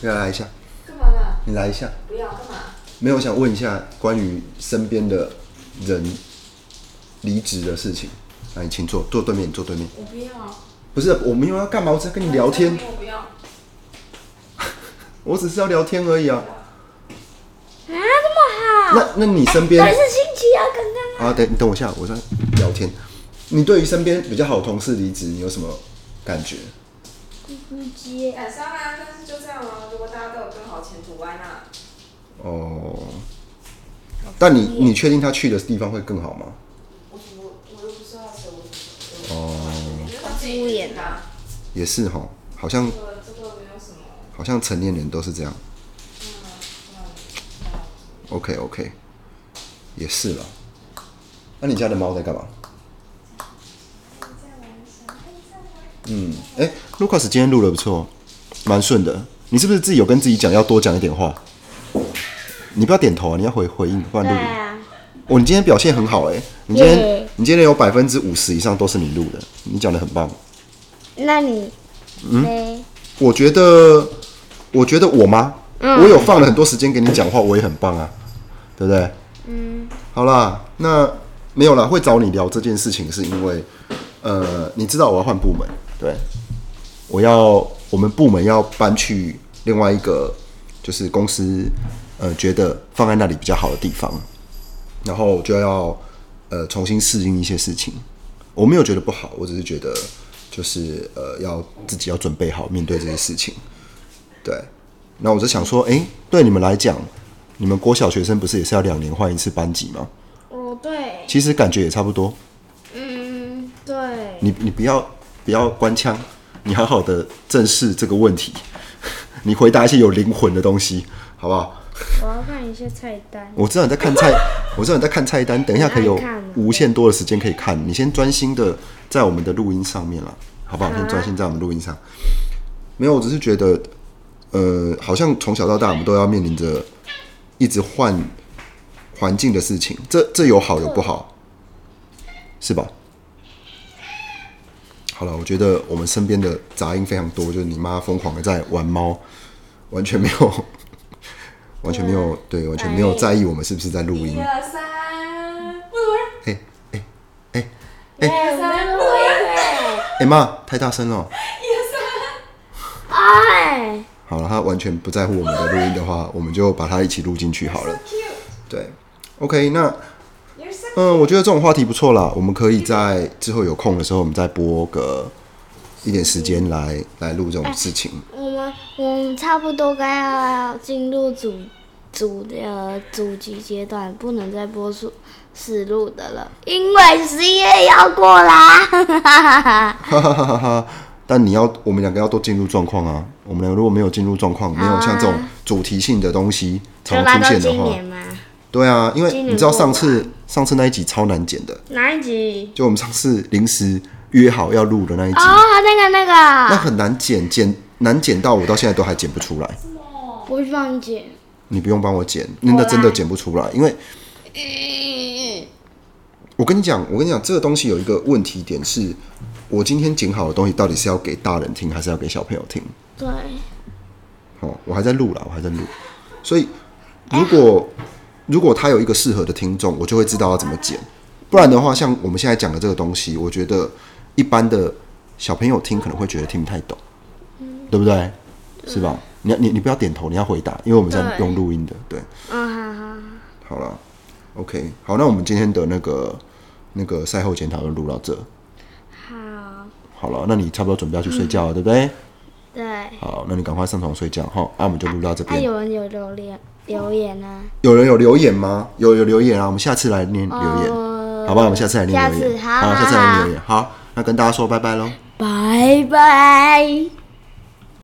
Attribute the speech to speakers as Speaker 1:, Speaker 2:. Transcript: Speaker 1: 你来一下，
Speaker 2: 干嘛啦？
Speaker 1: 你来一下。
Speaker 2: 不要干嘛？
Speaker 1: 没有，我想问一下关于身边的人离职的事情。来，你请坐，坐对面，坐对面。
Speaker 2: 我不要。
Speaker 1: 不是，我没有要干嘛，我只是跟你聊天，
Speaker 2: 我不要。
Speaker 1: 我只是要聊天而已啊。
Speaker 3: 啊，这么好！
Speaker 1: 那那你身边
Speaker 3: 但是星期二刚刚
Speaker 1: 啊，等你等我一下，我在聊天。你对于身边比较好的同事离职，你有什么感觉？
Speaker 3: 咕咕鸡，
Speaker 2: 感伤啊，但是就这样啊。如果大家都有更好前途，Why not？
Speaker 1: 哦，但你你确定他去的地方会更好吗？
Speaker 2: 我我我又不知道谁，我我
Speaker 1: 哦，
Speaker 2: 我觉得他自己
Speaker 3: 敷衍
Speaker 2: 的啊。
Speaker 1: 也是哈，好像
Speaker 2: 这个这个没有什么。
Speaker 1: 好像成年人都是这样。OK OK，也是啦。那、你家的猫在干嘛？嗯，哎、l u c a s 今天录的不错，蛮顺的。你是不是自己有跟自己讲要多讲一点话？你不要点头啊，你要回回应，不然
Speaker 3: 对
Speaker 1: 录影。
Speaker 3: 啊，
Speaker 1: 哦，你今天表现很好哎、你今天、
Speaker 3: 耶
Speaker 1: 你今天有百分之五十以上都是你录的，你讲的很棒。
Speaker 3: 那你
Speaker 1: 嗯
Speaker 3: 嘞？
Speaker 1: 我觉得，我觉得我吗？我有放了很多时间给你讲话，我也很棒啊，对不对？
Speaker 3: 嗯，
Speaker 1: 好啦，那没有啦，会找你聊这件事情是因为，呃，你知道我要换部门，对，我要我们部门要搬去另外一个，就是公司呃觉得放在那里比较好的地方，然后我就要呃重新适应一些事情。我没有觉得不好，我只是觉得就是呃要自己要准备好面对这些事情。对，那我就想说，诶，对你们来讲，你们国小学生不是也是要两年换一次班级吗？
Speaker 3: 哦对，
Speaker 1: 其实感觉也差不多。
Speaker 3: 嗯对，
Speaker 1: 你你不要不要官腔，你好好的正视这个问题， 你回答一些有灵魂的东西，好不好？
Speaker 3: 我要看一下菜单。
Speaker 1: 我知道你在看菜，我知道你在看菜单，等一下可以有
Speaker 3: 很爱看啊
Speaker 1: 无限多的时间可以看。你先专心的在我们的录音上面啦，好不好？先专心在我们录音上。没有，我只是觉得，呃，好像从小到大我们都要面临着一直换环境的事情，这这有好有不好，是吧？好了，我觉得我们身边的杂音非常多，就是你妈疯狂的在玩猫，完全没有，完全没有，对，完全没有在意我们是不是在录音
Speaker 2: 一。二三，不能。
Speaker 1: 哎
Speaker 3: 哎，我们录音
Speaker 1: 哎妈，太大声了！
Speaker 3: 哎，
Speaker 1: 好了，他完全不在乎我们的录音的话，我们就把它一起录进去好了。
Speaker 2: Cute，you're
Speaker 1: 对，OK，那
Speaker 2: so
Speaker 1: 嗯，我觉得这种话题不错啦，我们可以在之后有空的时候，我们再拨个一点时间来来录这种事情。
Speaker 3: 我们我们差不多该要进入主主呃主题阶段，不能再播出死路的了，因为十一月要过啦。
Speaker 1: 哈哈哈哈哈！但你要，我们两个要都进入状况啊。我们两个如果没有进入状况，没有像这种主题性的东西
Speaker 3: 就
Speaker 1: 常
Speaker 3: 来
Speaker 1: 出
Speaker 3: 到
Speaker 1: 现的
Speaker 3: 今
Speaker 1: 话
Speaker 3: 年，嘛，
Speaker 1: 对啊，因为
Speaker 3: 今年
Speaker 1: 你知道
Speaker 3: 过完
Speaker 1: 上次上次那一集超难剪的，
Speaker 3: 哪一集？
Speaker 1: 就我们上次临时约好要录的那一集
Speaker 3: 哦，，那个那
Speaker 1: 那
Speaker 3: 个，
Speaker 1: 很难剪，剪难剪到我到现在都还剪不出来。
Speaker 3: 我去帮你剪。
Speaker 1: 你不用帮我剪，那真的剪不出来，因为我跟你讲，我跟你讲，这个东西有一个问题点是，我今天剪好的东西到底是要给大人听还是要给小朋友听？
Speaker 3: 对，
Speaker 1: 哦，我还在录啦，我还在录，所以如果如果他有一个适合的听众，我就会知道要怎么剪。不然的话，像我们现在讲的这个东西，我觉得一般的小朋友听可能会觉得听不太懂，对不对？是吧？你要你你不要点头，你要回答，因为我们在
Speaker 3: 对
Speaker 1: 用录音的，嗯对。
Speaker 3: 嗯，
Speaker 1: 好了，OK，好，那我们今天的那个那个赛后检讨就录到这。
Speaker 3: 好好好，
Speaker 1: 好了，那你差不多准备要去睡觉了，对不对？
Speaker 3: 对。啊，
Speaker 1: 好，那你赶快上床睡觉哈。那、我们就录到这边。
Speaker 3: 有人有留言留言啊，
Speaker 1: 有人有留言吗？有有留言啊，我们下次来念留言，
Speaker 3: 哦
Speaker 1: 好不好？我们下次来念
Speaker 3: 下
Speaker 1: 留言，
Speaker 3: 次好好
Speaker 1: 下次来
Speaker 3: 好
Speaker 1: 念留言。好，那跟大家说拜拜喽。
Speaker 3: 拜拜。